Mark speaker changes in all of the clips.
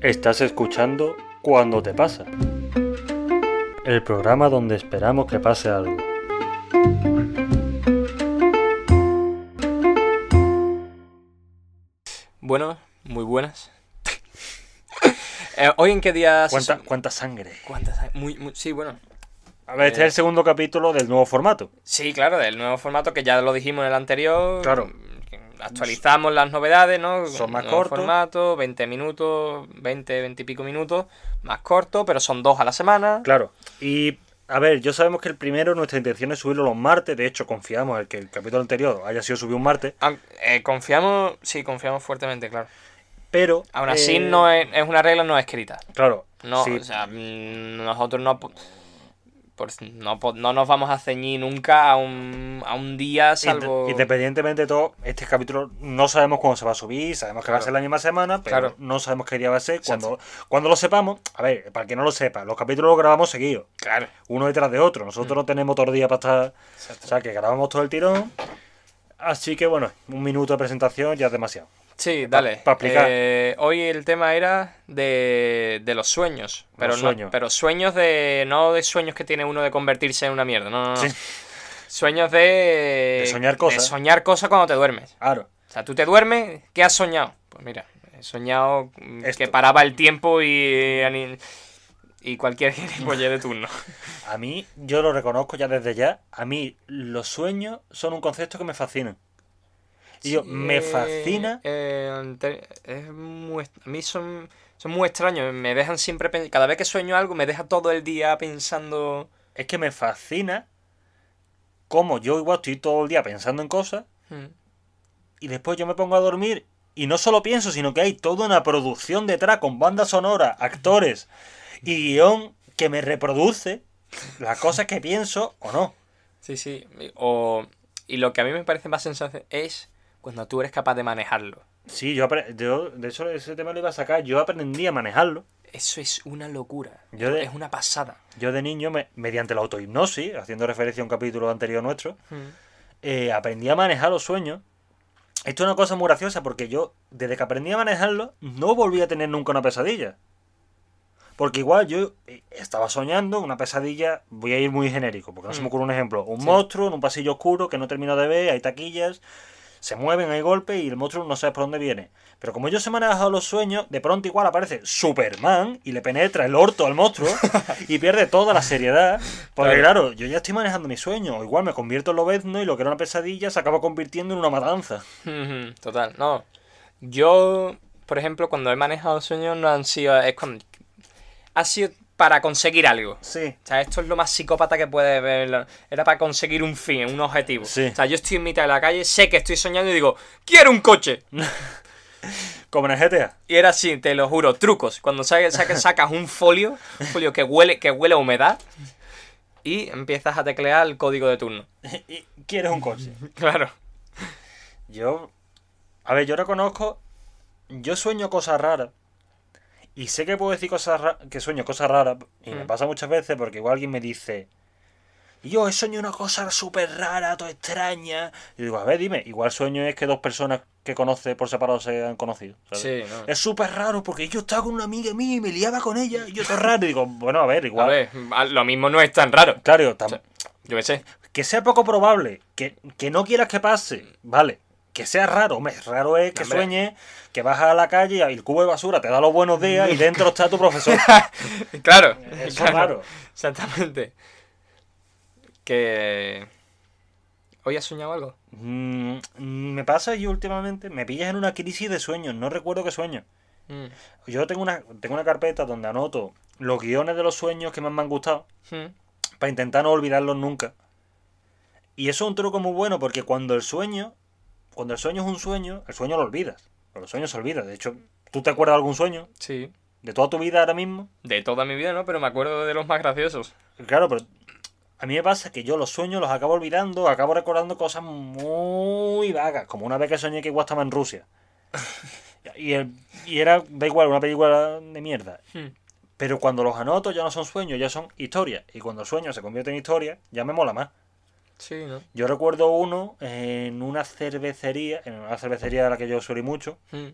Speaker 1: Estás escuchando Cuando te pasa. El programa donde esperamos que pase algo.
Speaker 2: Bueno, muy buenas. Eh, ¿Hoy en qué día se
Speaker 1: ¿Cuánta,
Speaker 2: sub-
Speaker 1: cuánta sangre?
Speaker 2: ¿Cuántas hay? Muy, muy- sí, bueno.
Speaker 1: A ver,
Speaker 2: Eh.
Speaker 1: este es el segundo capítulo del nuevo formato.
Speaker 2: Sí, claro, del nuevo formato que ya lo dijimos en el anterior.
Speaker 1: Claro.
Speaker 2: Actualizamos las novedades, ¿no?
Speaker 1: Son más
Speaker 2: Nuevo
Speaker 1: cortos.
Speaker 2: formato, 20 minutos, 20, 20 y pico minutos. Más corto, pero son dos a la semana.
Speaker 1: Claro. Y, a ver, yo sabemos que el primero, nuestra intención es subirlo los martes. De hecho, confiamos en que el capítulo anterior haya sido subido un martes.
Speaker 2: Aun- eh, confiamos, sí, confiamos fuertemente, claro.
Speaker 1: Pero.
Speaker 2: Aún
Speaker 1: eh,
Speaker 2: así, no es, es una regla no escrita.
Speaker 1: Claro.
Speaker 2: No,
Speaker 1: sí.
Speaker 2: o sea, mm, nosotros no, po- por- no, po- no nos vamos a ceñir nunca a un, a un día, salvo.
Speaker 1: Inde- Independientemente de todo, este capítulo no sabemos cuándo se va a subir, sabemos que va a
Speaker 2: Claro.
Speaker 1: ser la misma semana, pero
Speaker 2: Claro.
Speaker 1: no sabemos qué día va a ser.
Speaker 2: Exacto.
Speaker 1: Cuando, cuando lo sepamos, a ver, para que no lo sepa, los capítulos los grabamos seguidos,
Speaker 2: Claro.
Speaker 1: uno detrás de otro. Nosotros no tenemos todo el día para estar.
Speaker 2: Exacto.
Speaker 1: O sea, que grabamos todo el tirón. Así que bueno, un minuto de presentación ya es demasiado.
Speaker 2: Sí, dale.
Speaker 1: pa explicar.
Speaker 2: Eh, hoy el tema era de, de los sueños. Pero
Speaker 1: Los
Speaker 2: no,
Speaker 1: sueños.
Speaker 2: Pero sueños de. No de sueños que tiene uno de convertirse en una mierda. No, no, no.
Speaker 1: Sí.
Speaker 2: Sueños de.
Speaker 1: De soñar cosas.
Speaker 2: De soñar cosas cuando te duermes.
Speaker 1: Claro.
Speaker 2: O sea, tú te duermes, ¿qué has soñado? Pues mira, he soñado mm,
Speaker 1: Esto.
Speaker 2: que paraba el tiempo y. ani- Y cualquier gilipollez de turno.
Speaker 1: A mí, yo lo reconozco ya desde ya, a mí los sueños son un concepto que me fascina. Y yo,
Speaker 2: Sí,
Speaker 1: me
Speaker 2: eh,
Speaker 1: fascina.
Speaker 2: eh, te- es muy est- a mí son, son muy extraños. Me dejan siempre. pen- Cada vez que sueño algo, me deja todo el día pensando.
Speaker 1: es que me fascina cómo yo igual estoy todo el día pensando en cosas
Speaker 2: mm,
Speaker 1: y después yo me pongo a dormir y no solo pienso, sino que hay toda una producción detrás con banda sonora, actores y guión que me reproduce las cosas que pienso o no.
Speaker 2: Sí, sí. y- O, y lo que a mí me parece más sensacional es cuando tú eres capaz de manejarlo.
Speaker 1: Sí, yo, apre- yo de hecho ese tema lo iba a sacar, yo aprendí a manejarlo.
Speaker 2: Eso es una locura.
Speaker 1: Yo de-
Speaker 2: Es una pasada.
Speaker 1: Yo de niño, me- mediante la autohipnosis, haciendo referencia a un capítulo anterior nuestro,
Speaker 2: Mm.
Speaker 1: eh, aprendí a manejar los sueños. Esto es una cosa muy graciosa porque yo, desde que aprendí a manejarlo, no volví a tener nunca una pesadilla. Porque igual yo eh, estaba soñando una pesadilla, voy a ir muy genérico, porque no se me
Speaker 2: Mm.
Speaker 1: ocurre un ejemplo. Un
Speaker 2: Sí.
Speaker 1: monstruo en un pasillo oscuro que no termino de ver, hay taquillas, se mueven, hay golpes y el monstruo no sabe por dónde viene. Pero como yo se me han manejado los sueños, de pronto igual aparece Superman y le penetra el orto al monstruo y pierde toda la seriedad. Porque claro, yo ya estoy manejando mis sueños. O igual me convierto en lobezno y lo que era una pesadilla se acaba convirtiendo en una matanza.
Speaker 2: Ujú, Hmm, Total, no. Yo, por ejemplo, cuando he manejado sueños no han sido. Es cuando- ha sido para conseguir algo.
Speaker 1: Sí.
Speaker 2: O sea, esto es lo más psicópata que puedes ver. Era para conseguir un fin, un objetivo.
Speaker 1: Sí.
Speaker 2: O sea, yo estoy en mitad de la calle, sé que estoy soñando y digo, quiero un coche.
Speaker 1: Como en el GTA.
Speaker 2: Y era así, te lo juro, trucos. Cuando sa- saca- sacas un folio, un folio que huele, que huele a humedad, y empiezas a teclear el código de turno.
Speaker 1: Y Quieres un coche.
Speaker 2: Claro.
Speaker 1: Yo. A ver, yo reconozco. Yo sueño cosas raras. Y sé que puedo decir cosas ra- que sueño cosas raras. Y me
Speaker 2: Mm.
Speaker 1: pasa muchas veces porque igual alguien me dice. Yo he soñado una cosa súper rara, todo extraña. Y digo, a ver, dime, igual sueño es que dos personas que conoce por separado se han conocido. ¿sabes?
Speaker 2: Sí, no.
Speaker 1: Es súper raro porque yo estaba con una amiga mía y me liaba con ella. Y yo todo raro. Y digo, bueno, a ver,
Speaker 2: A
Speaker 1: igual.
Speaker 2: ver, lo mismo no es tan raro.
Speaker 1: Claro, digo, tam-
Speaker 2: Yo qué sé.
Speaker 1: que sea poco probable, que, que no quieras que pase, vale. Que sea raro, hombre, raro es que
Speaker 2: Hombre.
Speaker 1: sueñes, que vas a la calle y el cubo de basura te da los buenos días y dentro está tu profesor.
Speaker 2: Claro.
Speaker 1: Eso es
Speaker 2: claro.
Speaker 1: raro.
Speaker 2: Exactamente. Que. ¿Hoy has soñado algo?
Speaker 1: Mm, me pasa y últimamente me pillas en una crisis de sueños, no recuerdo qué sueño.
Speaker 2: Mm.
Speaker 1: Yo tengo una, tengo una carpeta donde anoto los guiones de los sueños que más me han gustado.
Speaker 2: Mm.
Speaker 1: para intentar no olvidarlos nunca. Y eso es un truco muy bueno porque cuando el sueño, cuando el sueño es un sueño, el sueño lo olvidas. Pero los sueños se olvidan. De hecho, ¿tú te acuerdas de algún sueño
Speaker 2: Sí.
Speaker 1: de toda tu vida ahora mismo?
Speaker 2: De toda mi vida, ¿no? Pero me acuerdo de los más graciosos.
Speaker 1: Claro, pero a mí me pasa que yo los sueños los acabo olvidando, acabo recordando cosas muy vagas. Como una vez que soñé que igual estaba en Rusia. Y, el- y era, da igual, una película de mierda.
Speaker 2: Mm.
Speaker 1: Pero cuando los anoto ya no son sueños, ya son historias. Y cuando el sueño se convierte en historia, ya me mola más.
Speaker 2: Sí, ¿no?
Speaker 1: Yo recuerdo uno en una cervecería, en una cervecería a la que yo suelo ir mucho,
Speaker 2: Mm.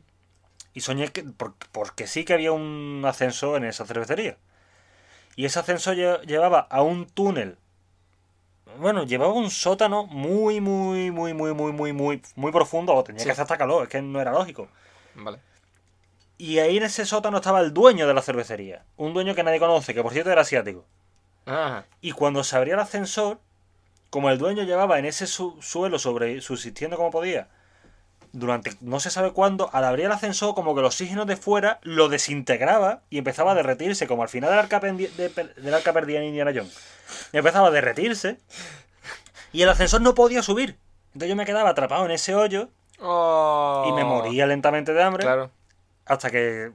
Speaker 1: y soñé que, por- porque sí que había un ascensor en esa cervecería. Y ese ascensor lle- llevaba a un túnel. Bueno, llevaba un sótano muy, muy, muy, muy, muy, muy, muy, muy profundo. O tenía
Speaker 2: Sí.
Speaker 1: que hacer hasta calor, es que no era lógico.
Speaker 2: Vale.
Speaker 1: Y ahí en ese sótano estaba el dueño de la cervecería. Un dueño que nadie conoce, que por cierto era asiático.
Speaker 2: Ah,
Speaker 1: Y cuando se abría el ascensor, como el dueño llevaba en ese su- suelo sobre subsistiendo como podía, durante no se sabe cuándo, al abrir el ascensor, como que el oxígeno de fuera lo desintegraba y empezaba a derretirse, como al final del arca, pendi- de per- del arca perdida en Indiana Jones. Y empezaba a derretirse y el ascensor no podía subir. Entonces yo me quedaba atrapado en ese hoyo
Speaker 2: Oh.
Speaker 1: y me moría lentamente de hambre
Speaker 2: Claro.
Speaker 1: hasta que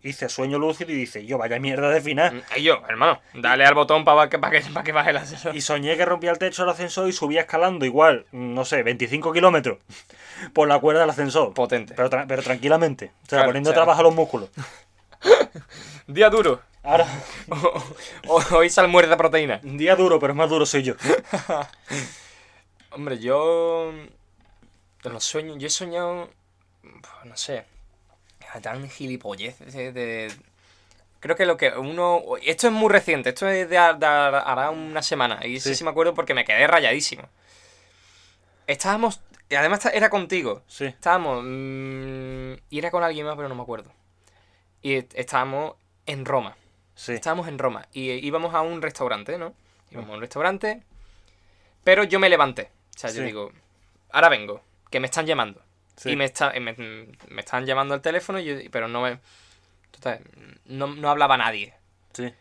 Speaker 1: hice sueño lúcido y dice, yo vaya mierda de final.
Speaker 2: Mm, Y yo, hermano, dale al botón para que, pa que, pa que baje el ascensor.
Speaker 1: Y soñé que rompía el techo del ascensor y subía escalando igual, no sé, 25 kilómetros por la cuerda del ascensor.
Speaker 2: Potente.
Speaker 1: Pero, tra- pero tranquilamente. O sea,
Speaker 2: Pues, Claro,
Speaker 1: poniendo
Speaker 2: o sea-
Speaker 1: trabajo a los músculos.
Speaker 2: Día duro.
Speaker 1: Ahora,
Speaker 2: O- Hoy se almuerza proteína.
Speaker 1: un día duro, pero más duro soy yo.
Speaker 2: Hombre, yo. En los sueños, yo he soñado. pf, No sé. Tan gilipollez de. de- Creo que lo que uno. Esto es muy reciente, esto es de, ha- de ha- hará una semana. Y sí.
Speaker 1: Sí.
Speaker 2: sí me acuerdo porque me quedé rayadísimo. Estábamos. y Además ta- era contigo.
Speaker 1: Sí.
Speaker 2: Estábamos. mm, y era con alguien más, pero no me acuerdo. Y est- estábamos en Roma.
Speaker 1: Sí.
Speaker 2: Estábamos en Roma y eh, íbamos a un restaurante, ¿no?
Speaker 1: Ah.
Speaker 2: Íbamos a un restaurante, pero yo me levanté. O sea, yo
Speaker 1: Sí.
Speaker 2: digo, ahora vengo, que me están llamando.
Speaker 1: Sí.
Speaker 2: Y me, está, eh, me, me están llamando al teléfono, y yo- pero no me... total, no, no hablaba nadie.
Speaker 1: Sí.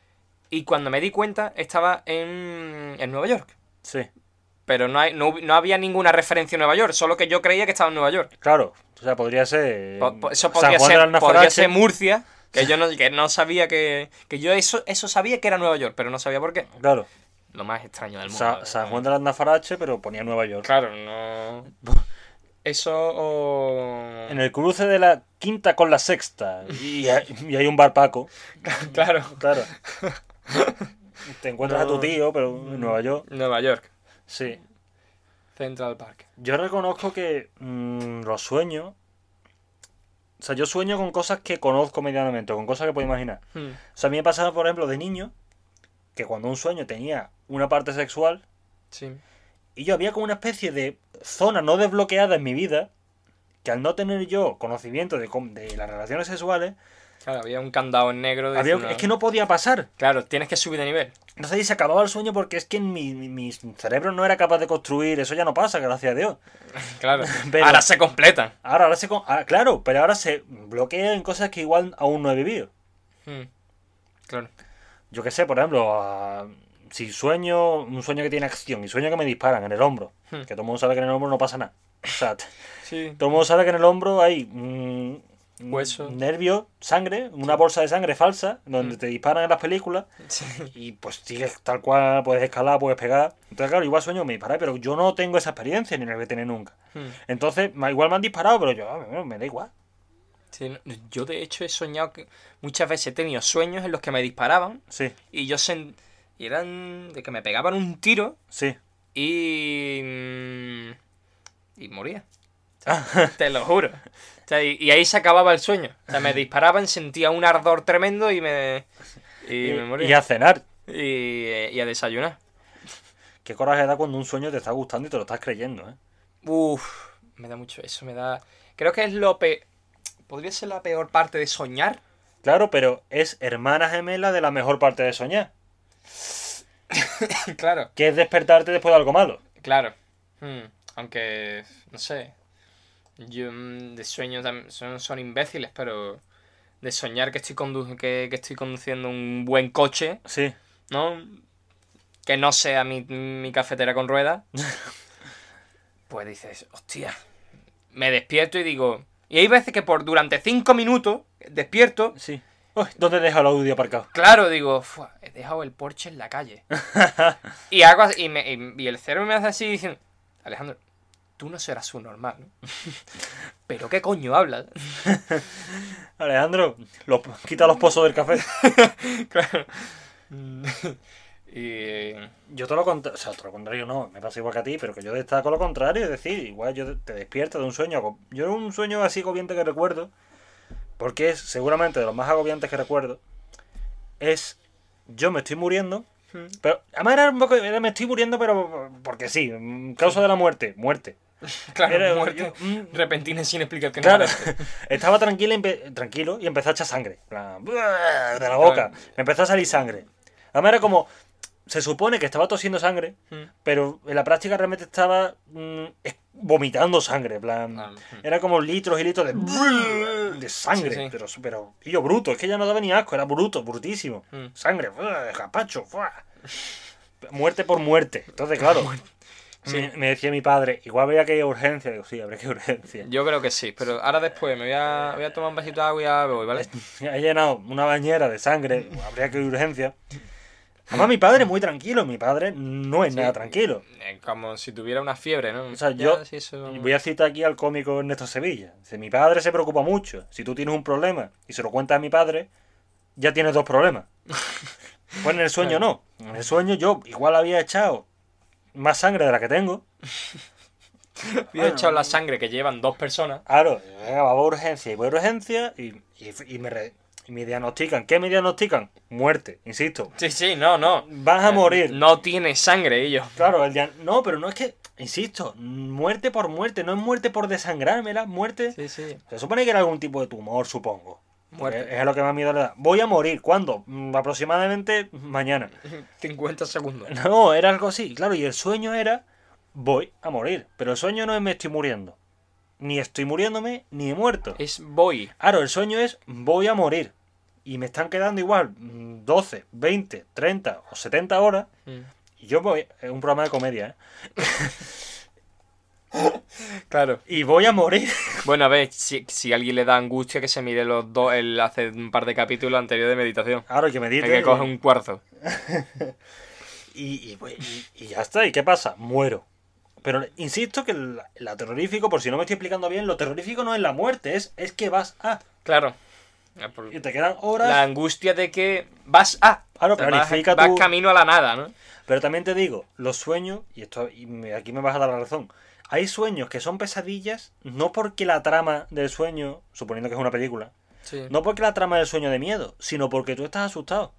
Speaker 2: Y cuando me di cuenta, estaba en, en Nueva York.
Speaker 1: Sí.
Speaker 2: Pero no, hay, no, hubi- no había ninguna referencia a Nueva York, solo que yo creía que estaba en Nueva York.
Speaker 1: Claro. O sea, podría ser.
Speaker 2: Po- po- Eso
Speaker 1: San
Speaker 2: podría
Speaker 1: Juan de
Speaker 2: ser,
Speaker 1: la
Speaker 2: podría
Speaker 1: Alnafarache.
Speaker 2: ser Murcia, que yo no, que no sabía que... Que yo eso, eso sabía que era Nueva York, pero no sabía por qué.
Speaker 1: Claro.
Speaker 2: lo más extraño del mundo. eh,
Speaker 1: Sa- San Juan de la Nafarache, pero ponía Nueva York.
Speaker 2: Claro, no. Eso o.
Speaker 1: En el cruce de la quinta con la sexta. Y hay, y hay un bar Paco.
Speaker 2: Claro.
Speaker 1: Claro. Te encuentras a
Speaker 2: No.
Speaker 1: tu tío, pero en Nueva York.
Speaker 2: Nueva York,
Speaker 1: Sí.
Speaker 2: Central Park.
Speaker 1: Yo reconozco que mm, los sueños. O sea, yo sueño con cosas que conozco medianamente, con cosas que puedo imaginar.
Speaker 2: Hmm.
Speaker 1: O sea, a mí me pasaba, por ejemplo, de niño, que cuando un sueño tenía una parte sexual,
Speaker 2: Sí.
Speaker 1: y yo había como una especie de zona no desbloqueada en mi vida, que al no tener yo conocimiento de, cómo- de las relaciones sexuales,
Speaker 2: Claro, había un candado en negro. de
Speaker 1: había-
Speaker 2: una-
Speaker 1: es que no podía pasar.
Speaker 2: Claro, tienes que subir de nivel.
Speaker 1: Entonces ahí se acababa el sueño porque es que mi, mi, mi cerebro no era capaz de construir, eso ya no pasa, gracias a Dios.
Speaker 2: Claro.
Speaker 1: Pero-
Speaker 2: Ahora se completan.
Speaker 1: Ahora, ahora se... con- ah, claro, pero ahora se bloquea en cosas que igual aún no he vivido.
Speaker 2: Hmm. Claro.
Speaker 1: Yo qué sé, por ejemplo, a- si sueño un sueño que tiene acción y sueño que me disparan en el hombro,
Speaker 2: Hmm.
Speaker 1: que todo el mundo sabe que en el hombro no pasa nada. O sea, t-
Speaker 2: Sí.
Speaker 1: todo el mundo sabe que en el hombro hay mm, mm,
Speaker 2: Hueso.
Speaker 1: nervios, sangre, una bolsa de sangre falsa, donde
Speaker 2: Hmm.
Speaker 1: te disparan en las películas y pues sigues tal cual, puedes escalar, puedes pegar. Entonces, claro, igual sueño que me disparan, pero yo no tengo esa experiencia ni la voy a tener nunca.
Speaker 2: Hmm.
Speaker 1: Entonces, ma- igual me han disparado, pero yo ah, me- me da igual.
Speaker 2: Sí, no- Yo, de hecho, he soñado que muchas veces he tenido sueños en los que me disparaban
Speaker 1: Sí,
Speaker 2: y yo sen- y eran de que me pegaban un tiro
Speaker 1: sí.
Speaker 2: y. mm, y moría. Te lo juro. O sea, y, y ahí se acababa el sueño. O sea, me disparaban, sentía un ardor tremendo y me. Y, me
Speaker 1: Y,
Speaker 2: moría.
Speaker 1: y a cenar.
Speaker 2: Y, eh, y a desayunar.
Speaker 1: Qué coraje da cuando un sueño te está gustando y te lo estás creyendo, ¿eh?
Speaker 2: Uff, me da mucho eso, me da. Creo que es lo pe. Podría ser la peor parte de soñar.
Speaker 1: Claro, pero es hermana gemela de la mejor parte de soñar,
Speaker 2: claro.
Speaker 1: que es despertarte después de algo malo.
Speaker 2: Claro. Hmm, Aunque. No sé. Yo mm, de sueños tam- son, son imbéciles, pero. De soñar que estoy, condu- que, que estoy conduciendo un buen coche.
Speaker 1: Sí,
Speaker 2: ¿no? Que no sea mi, mi cafetera con ruedas. pues dices, hostia. Me despierto y digo. Y hay veces que por durante cinco minutos despierto.
Speaker 1: sí. Uy, ¿Dónde deja el audio aparcado?
Speaker 2: Claro, digo, "Fua, he dejado el Porsche en la calle. y hago así- y, me- y- y el cerebro me hace así diciendo, Alejandro, tú no serás un normal, ¿no? Pero qué coño hablas.
Speaker 1: Alejandro, los- quita los pozos del café.
Speaker 2: claro. Mm, Y.
Speaker 1: Yo te lo contrario, o sea, te lo contrario no, me pasa igual que a ti, pero que yo destaco lo contrario, es decir, igual yo te despierto de un sueño, ago- yo un sueño así agobiante que recuerdo, porque es seguramente de los más agobiantes que recuerdo, es yo me estoy muriendo,
Speaker 2: Mm.
Speaker 1: pero además era un poco, era me estoy muriendo, pero porque sí, mm, causa de la muerte, muerte.
Speaker 2: Claro,
Speaker 1: Era-
Speaker 2: muerte
Speaker 1: yo- mm.
Speaker 2: repentina y sin explicación.
Speaker 1: Claro, estaba tranquila y empe- tranquilo y empezó a echar sangre. en plan, ¡buah! De la boca. Me empezó a salir sangre. Además era como... Se supone que estaba tosiendo sangre,
Speaker 2: Mm.
Speaker 1: pero en la práctica realmente estaba mm, es- vomitando sangre. en plan,
Speaker 2: Ah, mm.
Speaker 1: era como litros y litros de, de sangre.
Speaker 2: Sí, sí.
Speaker 1: Pero, pero, tío, bruto. Es que ya no daba ni asco. Era bruto, brutísimo.
Speaker 2: Mm.
Speaker 1: Sangre, ¡buah! japacho. ¡buah! Muerte por muerte. Entonces, claro, me, me decía mi padre, igual habría que ir a urgencia. Digo, sí, habría que ir a urgencia.
Speaker 2: Yo creo que sí, pero ahora después me voy a, voy a tomar un vasito de agua y ya me voy, ¿vale?
Speaker 1: He llenado una bañera de sangre, habría que ir a urgencia. Además, mi padre es muy tranquilo, mi padre no es nada tranquilo.
Speaker 2: Eh, Como si tuviera una fiebre, ¿no?
Speaker 1: O sea,
Speaker 2: Ya,
Speaker 1: yo
Speaker 2: sí, eso-
Speaker 1: voy a citar aquí al cómico Ernesto Sevilla. Dice, mi padre se preocupa mucho. Si tú tienes un problema y se lo cuentas a mi padre, ya tienes dos problemas. Pues en el sueño no. En el sueño yo igual había echado más sangre de la que tengo.
Speaker 2: Yo he
Speaker 1: Ah.
Speaker 2: echado la sangre que llevan dos personas.
Speaker 1: Claro, va a urgencia y voy a urgencia y, y- y me, re- y me diagnostican. ¿Qué me diagnostican? Muerte, insisto.
Speaker 2: Sí, sí, no, no.
Speaker 1: Vas a morir.
Speaker 2: Eh, No tiene sangre, ellos.
Speaker 1: Claro, el dia- no, pero no es que, insisto, muerte por muerte, no es muerte por desangrármela, muerte.
Speaker 2: Sí, sí.
Speaker 1: Se supone que era algún tipo de tumor, supongo.
Speaker 2: Muerte.
Speaker 1: Porque Es lo que más miedo le da. Voy a morir, ¿cuándo? Mm, Aproximadamente mañana.
Speaker 2: 50 segundos.
Speaker 1: No, era algo así, claro, y el sueño era, voy a morir. Pero el sueño no es me estoy muriendo. Ni estoy muriéndome, ni he muerto.
Speaker 2: Es voy.
Speaker 1: Claro, el sueño es voy a morir. Y me están quedando igual mm, 12, 20, 30 o 70 horas
Speaker 2: Mm.
Speaker 1: Y Yo voy. Es un programa de comedia, ¿eh?
Speaker 2: Claro.
Speaker 1: Y voy a morir.
Speaker 2: Bueno, a ver, si, si a alguien le da angustia que se mire los dos, el hace un par de capítulos anteriores de meditación.
Speaker 1: Claro, que me
Speaker 2: Hay que coger un cuarzo.
Speaker 1: y, y, pues, y- y ya está. ¿Y qué pasa? Muero. Pero insisto que la, la terrorífico, por si no me estoy explicando bien, lo terrorífico no es la muerte, es, es que vas a.
Speaker 2: Claro. Ah, por-
Speaker 1: Y te quedan horas.
Speaker 2: La angustia de que vas a.
Speaker 1: Claro,
Speaker 2: Te vas-
Speaker 1: planifica
Speaker 2: vas,
Speaker 1: tu-
Speaker 2: camino a la nada, ¿no?
Speaker 1: Pero también te digo, los sueños, y esto y me- aquí me vas a dar la razón. Hay sueños que son pesadillas, no porque la trama del sueño, suponiendo que es una película,
Speaker 2: Sí.
Speaker 1: No porque la trama del sueño de miedo, sino porque tú estás asustado.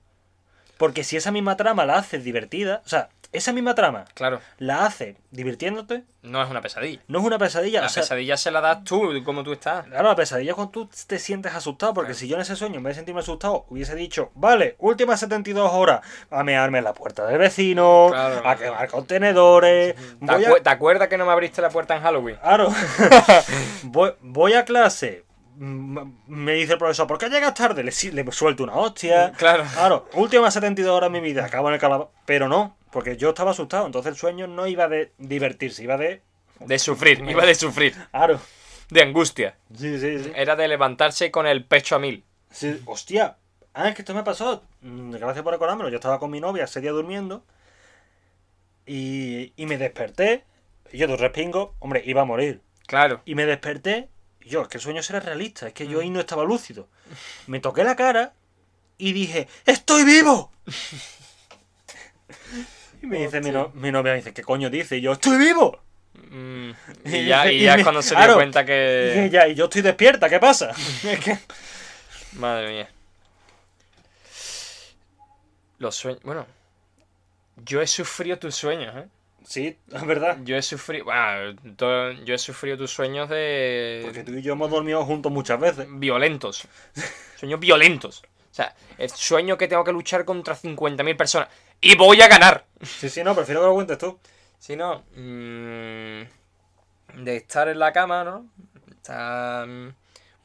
Speaker 1: Porque si esa misma trama la haces divertida, o sea, esa misma trama
Speaker 2: Claro.
Speaker 1: la haces divirtiéndote,
Speaker 2: No es una pesadilla.
Speaker 1: no es una pesadilla.
Speaker 2: La
Speaker 1: o sea,
Speaker 2: pesadilla se la das tú, como tú estás.
Speaker 1: Claro, la pesadilla es cuando tú te sientes asustado, porque si yo en ese sueño, en vez de sentirme asustado, hubiese dicho, vale, últimas 72 horas, a mearme en la puerta del vecino,
Speaker 2: Claro.
Speaker 1: a quemar contenedores,
Speaker 2: ¿Te,
Speaker 1: voy a- Ah,
Speaker 2: acue- te acuerdas que no me abriste la puerta en Halloween?
Speaker 1: Claro. voy, voy a clase. Mm, Me dice el profesor, ¿por qué llegas tarde? Le, si- le suelto una hostia.
Speaker 2: Claro.
Speaker 1: Claro, últimas 72 horas de mi vida, acabo en el calabozo. Pero no, porque yo estaba asustado, entonces el sueño no iba de divertirse, iba de.
Speaker 2: De sufrir, iba de sufrir.
Speaker 1: Claro.
Speaker 2: De angustia.
Speaker 1: Sí, sí, sí.
Speaker 2: Era de levantarse con el pecho a mil.
Speaker 1: Sí, Hostia, ah, es que esto me pasó. Mm, Gracias por acordármelo. Yo estaba con mi novia ese día durmiendo y, y me desperté. Y yo de un respingo, hombre, iba a morir.
Speaker 2: Claro.
Speaker 1: Y me desperté. y yo, es que el sueño será realista, es que yo ahí no estaba lúcido. Me toqué la cara y dije, ¡Estoy vivo! Y me dice mi, no- mi novia, me dice, ¿qué coño dice? Y yo, ¡Estoy vivo!
Speaker 2: Mm,
Speaker 1: Y
Speaker 2: y ya, y
Speaker 1: dice-
Speaker 2: ya
Speaker 1: y me-
Speaker 2: es cuando se dio
Speaker 1: claro.
Speaker 2: cuenta
Speaker 1: Y dije,
Speaker 2: que.
Speaker 1: ya, y yo estoy despierta, ¿qué pasa? Eh. Es que-
Speaker 2: Madre mía. Los sueños. Bueno. Yo he sufrido tus sueños, ¿eh?
Speaker 1: sí, es verdad.
Speaker 2: Yo he sufrido. Bueno, to- yo he sufrido tus sueños
Speaker 1: Porque
Speaker 2: de.
Speaker 1: tú y yo hemos dormido juntos muchas veces.
Speaker 2: violentos. Sueños violentos. O sea, el sueño que tengo que luchar contra 50.000 personas. ¡Y voy a ganar!
Speaker 1: Sí, sí, no, prefiero que lo cuentes tú.
Speaker 2: Si no, mm, de estar en la cama, ¿no? Está mm,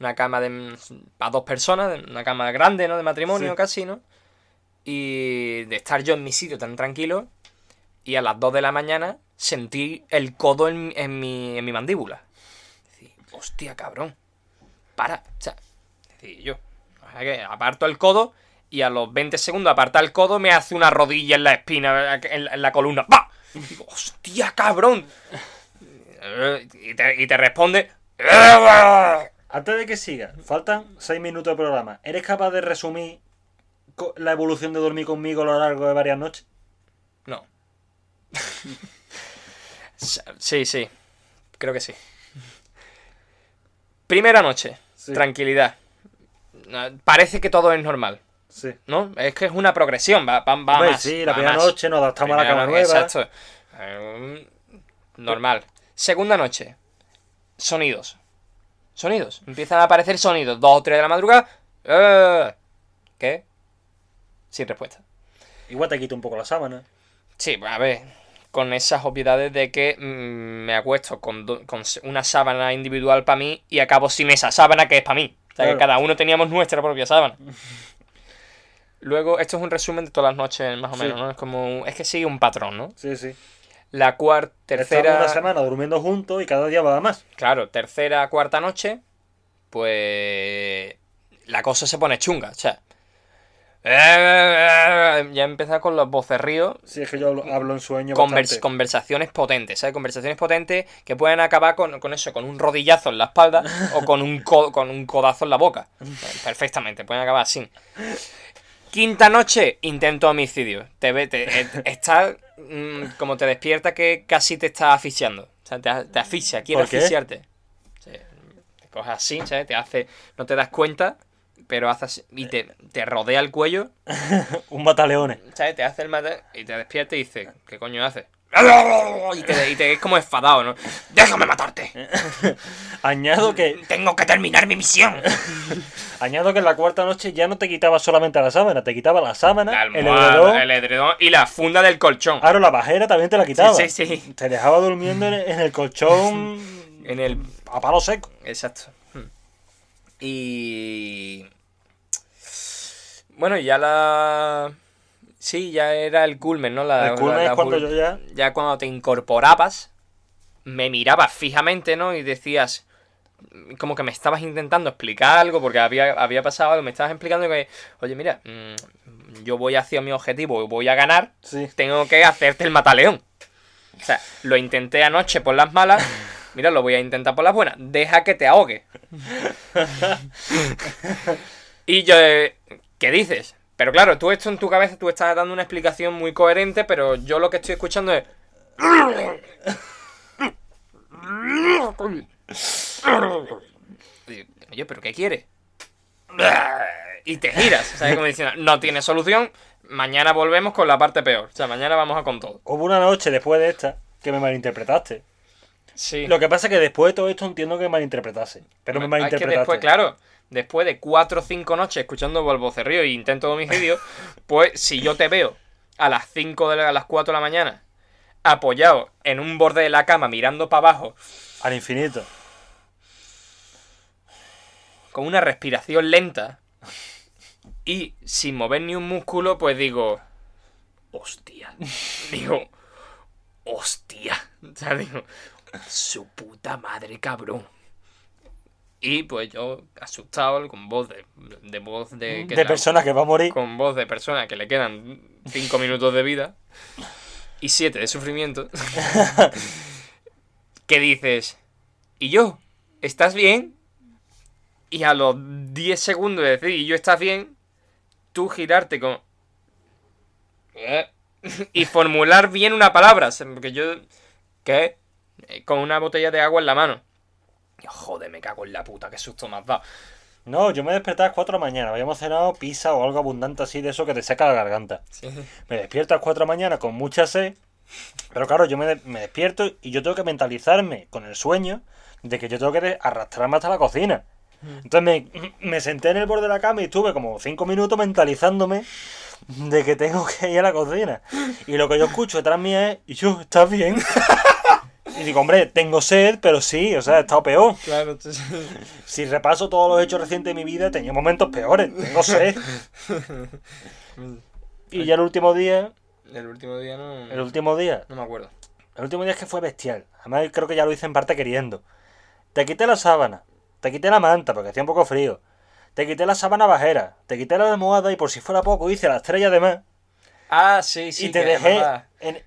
Speaker 2: una cama de para dos personas, de- una cama grande, ¿no? De matrimonio
Speaker 1: Sí.
Speaker 2: casi, ¿no? Y de estar yo en mi sitio tan tranquilo y a las 2 de la mañana sentí el codo en, en mi, en mi mandíbula. Decí, hostia, cabrón. Para. O sea, decí yo. o sea que aparto el codo y a los 20 segundos aparta el codo me hace una rodilla en la espina, en, la- en la columna. ¡Bah! Digo, hostia, cabrón. Eh, Y te, y te responde... "Eh".
Speaker 1: Antes de que siga, faltan 6 minutos de programa. ¿Eres capaz de resumir co- la evolución de dormir conmigo a lo largo de varias noches?
Speaker 2: No. sí, sí. Creo que sí. Primera noche.
Speaker 1: Sí.
Speaker 2: Tranquilidad. Eh, Parece que todo es normal,
Speaker 1: Sí.
Speaker 2: ¿no? Es que es una progresión. Va, va, va
Speaker 1: Hombre,
Speaker 2: Ah, más,
Speaker 1: sí, la
Speaker 2: va
Speaker 1: primera
Speaker 2: más.
Speaker 1: noche nos adaptamos a la
Speaker 2: Primera
Speaker 1: cama
Speaker 2: noche,
Speaker 1: nueva.
Speaker 2: Exacto. Eh, normal. Segunda noche. Sonidos. Sonidos. Empiezan a aparecer sonidos. Dos o tres de la madrugada. Eh, ¿Qué? Sin respuesta.
Speaker 1: Igual te quito un poco la sábana.
Speaker 2: Sí, a ver, con esas obviedades de que mm, me acuesto con, do- con s- una sábana individual para mí y acabo sin esa sábana que es para mí. O sea,
Speaker 1: Claro.
Speaker 2: que cada uno teníamos nuestra propia sábana. Luego, esto es un resumen de todas las noches, más o
Speaker 1: Sí.
Speaker 2: menos, ¿no? Es como, un- es que sigue un patrón, ¿no?
Speaker 1: Sí, sí.
Speaker 2: La cuarta,
Speaker 1: Estamos una
Speaker 2: tercera,
Speaker 1: semana durmiendo juntos y cada día va a más.
Speaker 2: claro, tercera, cuarta noche, pues la cosa se pone chunga, o sea. eh, Ya empieza con los vocerríos
Speaker 1: Si es que yo hablo, hablo en sueño
Speaker 2: Convers-
Speaker 1: bastante.
Speaker 2: conversaciones potentes, ¿sabes? Conversaciones potentes que pueden acabar con, con eso, con un rodillazo en la espalda o con un, co- con un codazo en la boca. Perfectamente, pueden acabar así. Quinta noche, intento homicidio. Te ve, te, eh, está mm, como te despierta que casi te está asfixiando. O sea, te, a- te asfixia, quiere
Speaker 1: ¿Por qué?
Speaker 2: asfixiarte. O sea, te coges así, ¿sabes? Te hace, no te das cuenta, pero haces así y te, te rodea el cuello
Speaker 1: Un mataleones.
Speaker 2: ¿sabes? Te hace el mate y te despierta y dice, ¿qué coño haces? Y te, y te es como enfadado, ¿no? ¡Déjame matarte!
Speaker 1: Añado que,
Speaker 2: ¡Tengo que terminar mi misión!
Speaker 1: añado que en la cuarta noche ya no te quitaba solamente la sábana, te quitaba la sábana,
Speaker 2: La
Speaker 1: el Ah.
Speaker 2: almohada,
Speaker 1: edredón,
Speaker 2: el edredón y la funda del colchón.
Speaker 1: ahora la bajera también te la quitaba.
Speaker 2: Sí, sí, sí.
Speaker 1: Te dejaba durmiendo en, en el colchón
Speaker 2: En el...
Speaker 1: a palo seco.
Speaker 2: Exacto. Hmm. Y... Bueno, ya la... Sí, ya era el culmen, ¿no? La,
Speaker 1: El culmen
Speaker 2: la- la
Speaker 1: es cuando
Speaker 2: cul-
Speaker 1: yo ya-
Speaker 2: Ya cuando te incorporabas, me mirabas fijamente, ¿no? Y decías... Como que me estabas intentando explicar algo, porque había, había pasado algo, me estabas explicando que... Oye, mira, mm, yo voy hacia mi objetivo, voy a ganar,
Speaker 1: Sí.
Speaker 2: tengo que hacerte el mataleón. O sea, lo intenté anoche por las malas, mira, lo voy a intentar por las buenas. Deja que te ahogue. y yo, eh, ¿qué dices? Pero claro, tú esto en tu cabeza, tú estás dando una explicación muy coherente, pero yo lo que estoy escuchando es... Y, Oye, ¿pero qué quieres? Y te giras, ¿sabes? Como diciendo, no tiene solución, mañana volvemos con la parte peor. O sea, mañana vamos a con todo.
Speaker 1: Hubo una noche después de esta que me malinterpretaste.
Speaker 2: Sí.
Speaker 1: Lo que pasa es que después de todo esto entiendo que me malinterpretase. Pero me
Speaker 2: Es que
Speaker 1: malinterpretaste.
Speaker 2: después, claro, después de cuatro o cinco noches escuchando Balbocerrío e intento de homicidio, pues si yo te veo a las 5 de la, a las 4 de la mañana apoyado en un borde de la cama mirando para abajo
Speaker 1: Al infinito.
Speaker 2: con una respiración lenta y sin mover ni un músculo, pues digo, hostia. Digo, hostia. O sea, digo, su puta madre, cabrón. Y pues yo, asustado, con voz de, de voz de... que
Speaker 1: de
Speaker 2: la-
Speaker 1: persona que va a morir.
Speaker 2: Eh, Con voz de persona que le quedan 5 minutos de vida y 7 de sufrimiento. que dices, ¿y yo? ¿Estás bien? Y a los 10 segundos de decir, ¿y yo estás bien? Tú girarte con... "Eh", Y formular bien una palabra. se- Porque yo... ¿Qué? Eh, Con una botella de agua en la mano. Y, Joder, me cago en la puta, qué susto me has dado.
Speaker 1: No, yo me despertaba a las 4 de la mañana. Habíamos cenado pizza o algo abundante así de eso que te seca la garganta. Me despierto a las 4 de la mañana con mucha sed. Pero claro, yo me, de- me despierto y yo tengo que mentalizarme con el sueño de que yo tengo que de- arrastrarme hasta la cocina. Entonces me, me senté en el borde de la cama y estuve como 5 minutos mentalizándome de que tengo que ir a la cocina. Y lo que yo escucho detrás mía es, y yo, ¿estás bien? Y digo, hombre, tengo sed, pero sí, o sea, he estado peor.
Speaker 2: Claro,
Speaker 1: Si repaso todos los hechos recientes de mi vida, he tenido momentos peores. Tengo sed. Y ya el último día,
Speaker 2: El último día no.
Speaker 1: el último día,
Speaker 2: No me acuerdo.
Speaker 1: el último día es que fue bestial. Además, creo que ya lo hice en parte queriendo. Te quité la sábana, te quité la manta porque hacía un poco frío. Te quité la sábana bajera, te quité la almohada y por si fuera poco hice la estrella de más.
Speaker 2: Ah, sí, sí.
Speaker 1: y te
Speaker 2: que es
Speaker 1: dejé
Speaker 2: verdad.
Speaker 1: en,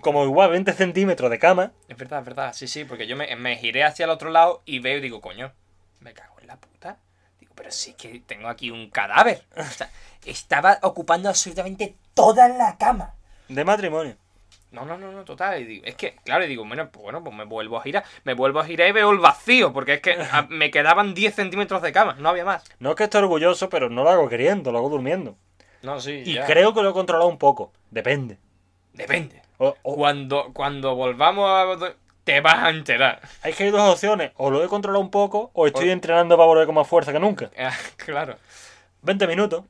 Speaker 1: como igual 20 centímetros de cama.
Speaker 2: Es verdad, es verdad. Sí, sí, porque yo me, me giré hacia el otro lado y veo y digo, coño, me cago en la puta. Digo, pero sí que tengo aquí un cadáver. O sea, estaba ocupando absolutamente toda la cama.
Speaker 1: De matrimonio.
Speaker 2: No, no, no, no, total. Y digo- es que, claro, y digo, bueno, pues bueno, pues me vuelvo a girar. Me vuelvo a girar y veo el vacío, porque es que a- me quedaban 10 centímetros de cama, no había más.
Speaker 1: No es que esté orgulloso, pero no lo hago queriendo, lo hago durmiendo.
Speaker 2: No, sí,
Speaker 1: Y
Speaker 2: ya.
Speaker 1: creo que lo he controlado un poco. Depende.
Speaker 2: Depende.
Speaker 1: O- o-
Speaker 2: Cuando, cuando volvamos a... do- Te vas a enterar.
Speaker 1: hay que hay dos opciones. O lo he controlado un poco, o estoy entrenando para volver con más fuerza que nunca.
Speaker 2: Ah, claro.
Speaker 1: 20 minutos.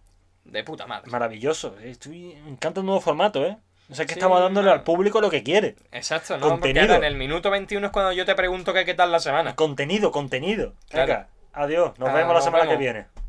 Speaker 2: De puta madre.
Speaker 1: Maravilloso. eh. Estoy... Me encanta el nuevo formato, ¿eh? O sea, que
Speaker 2: Sí,
Speaker 1: estamos dándole
Speaker 2: ma-
Speaker 1: al público lo que quiere.
Speaker 2: Exacto, ¿no? Porque
Speaker 1: Contenido.
Speaker 2: ahora en el minuto 21 es cuando yo te pregunto que qué tal la semana.
Speaker 1: Contenido, contenido.
Speaker 2: Claro.
Speaker 1: Venga, adiós. Nos
Speaker 2: Ah,
Speaker 1: vemos la
Speaker 2: nos
Speaker 1: semana que
Speaker 2: vemos.
Speaker 1: viene.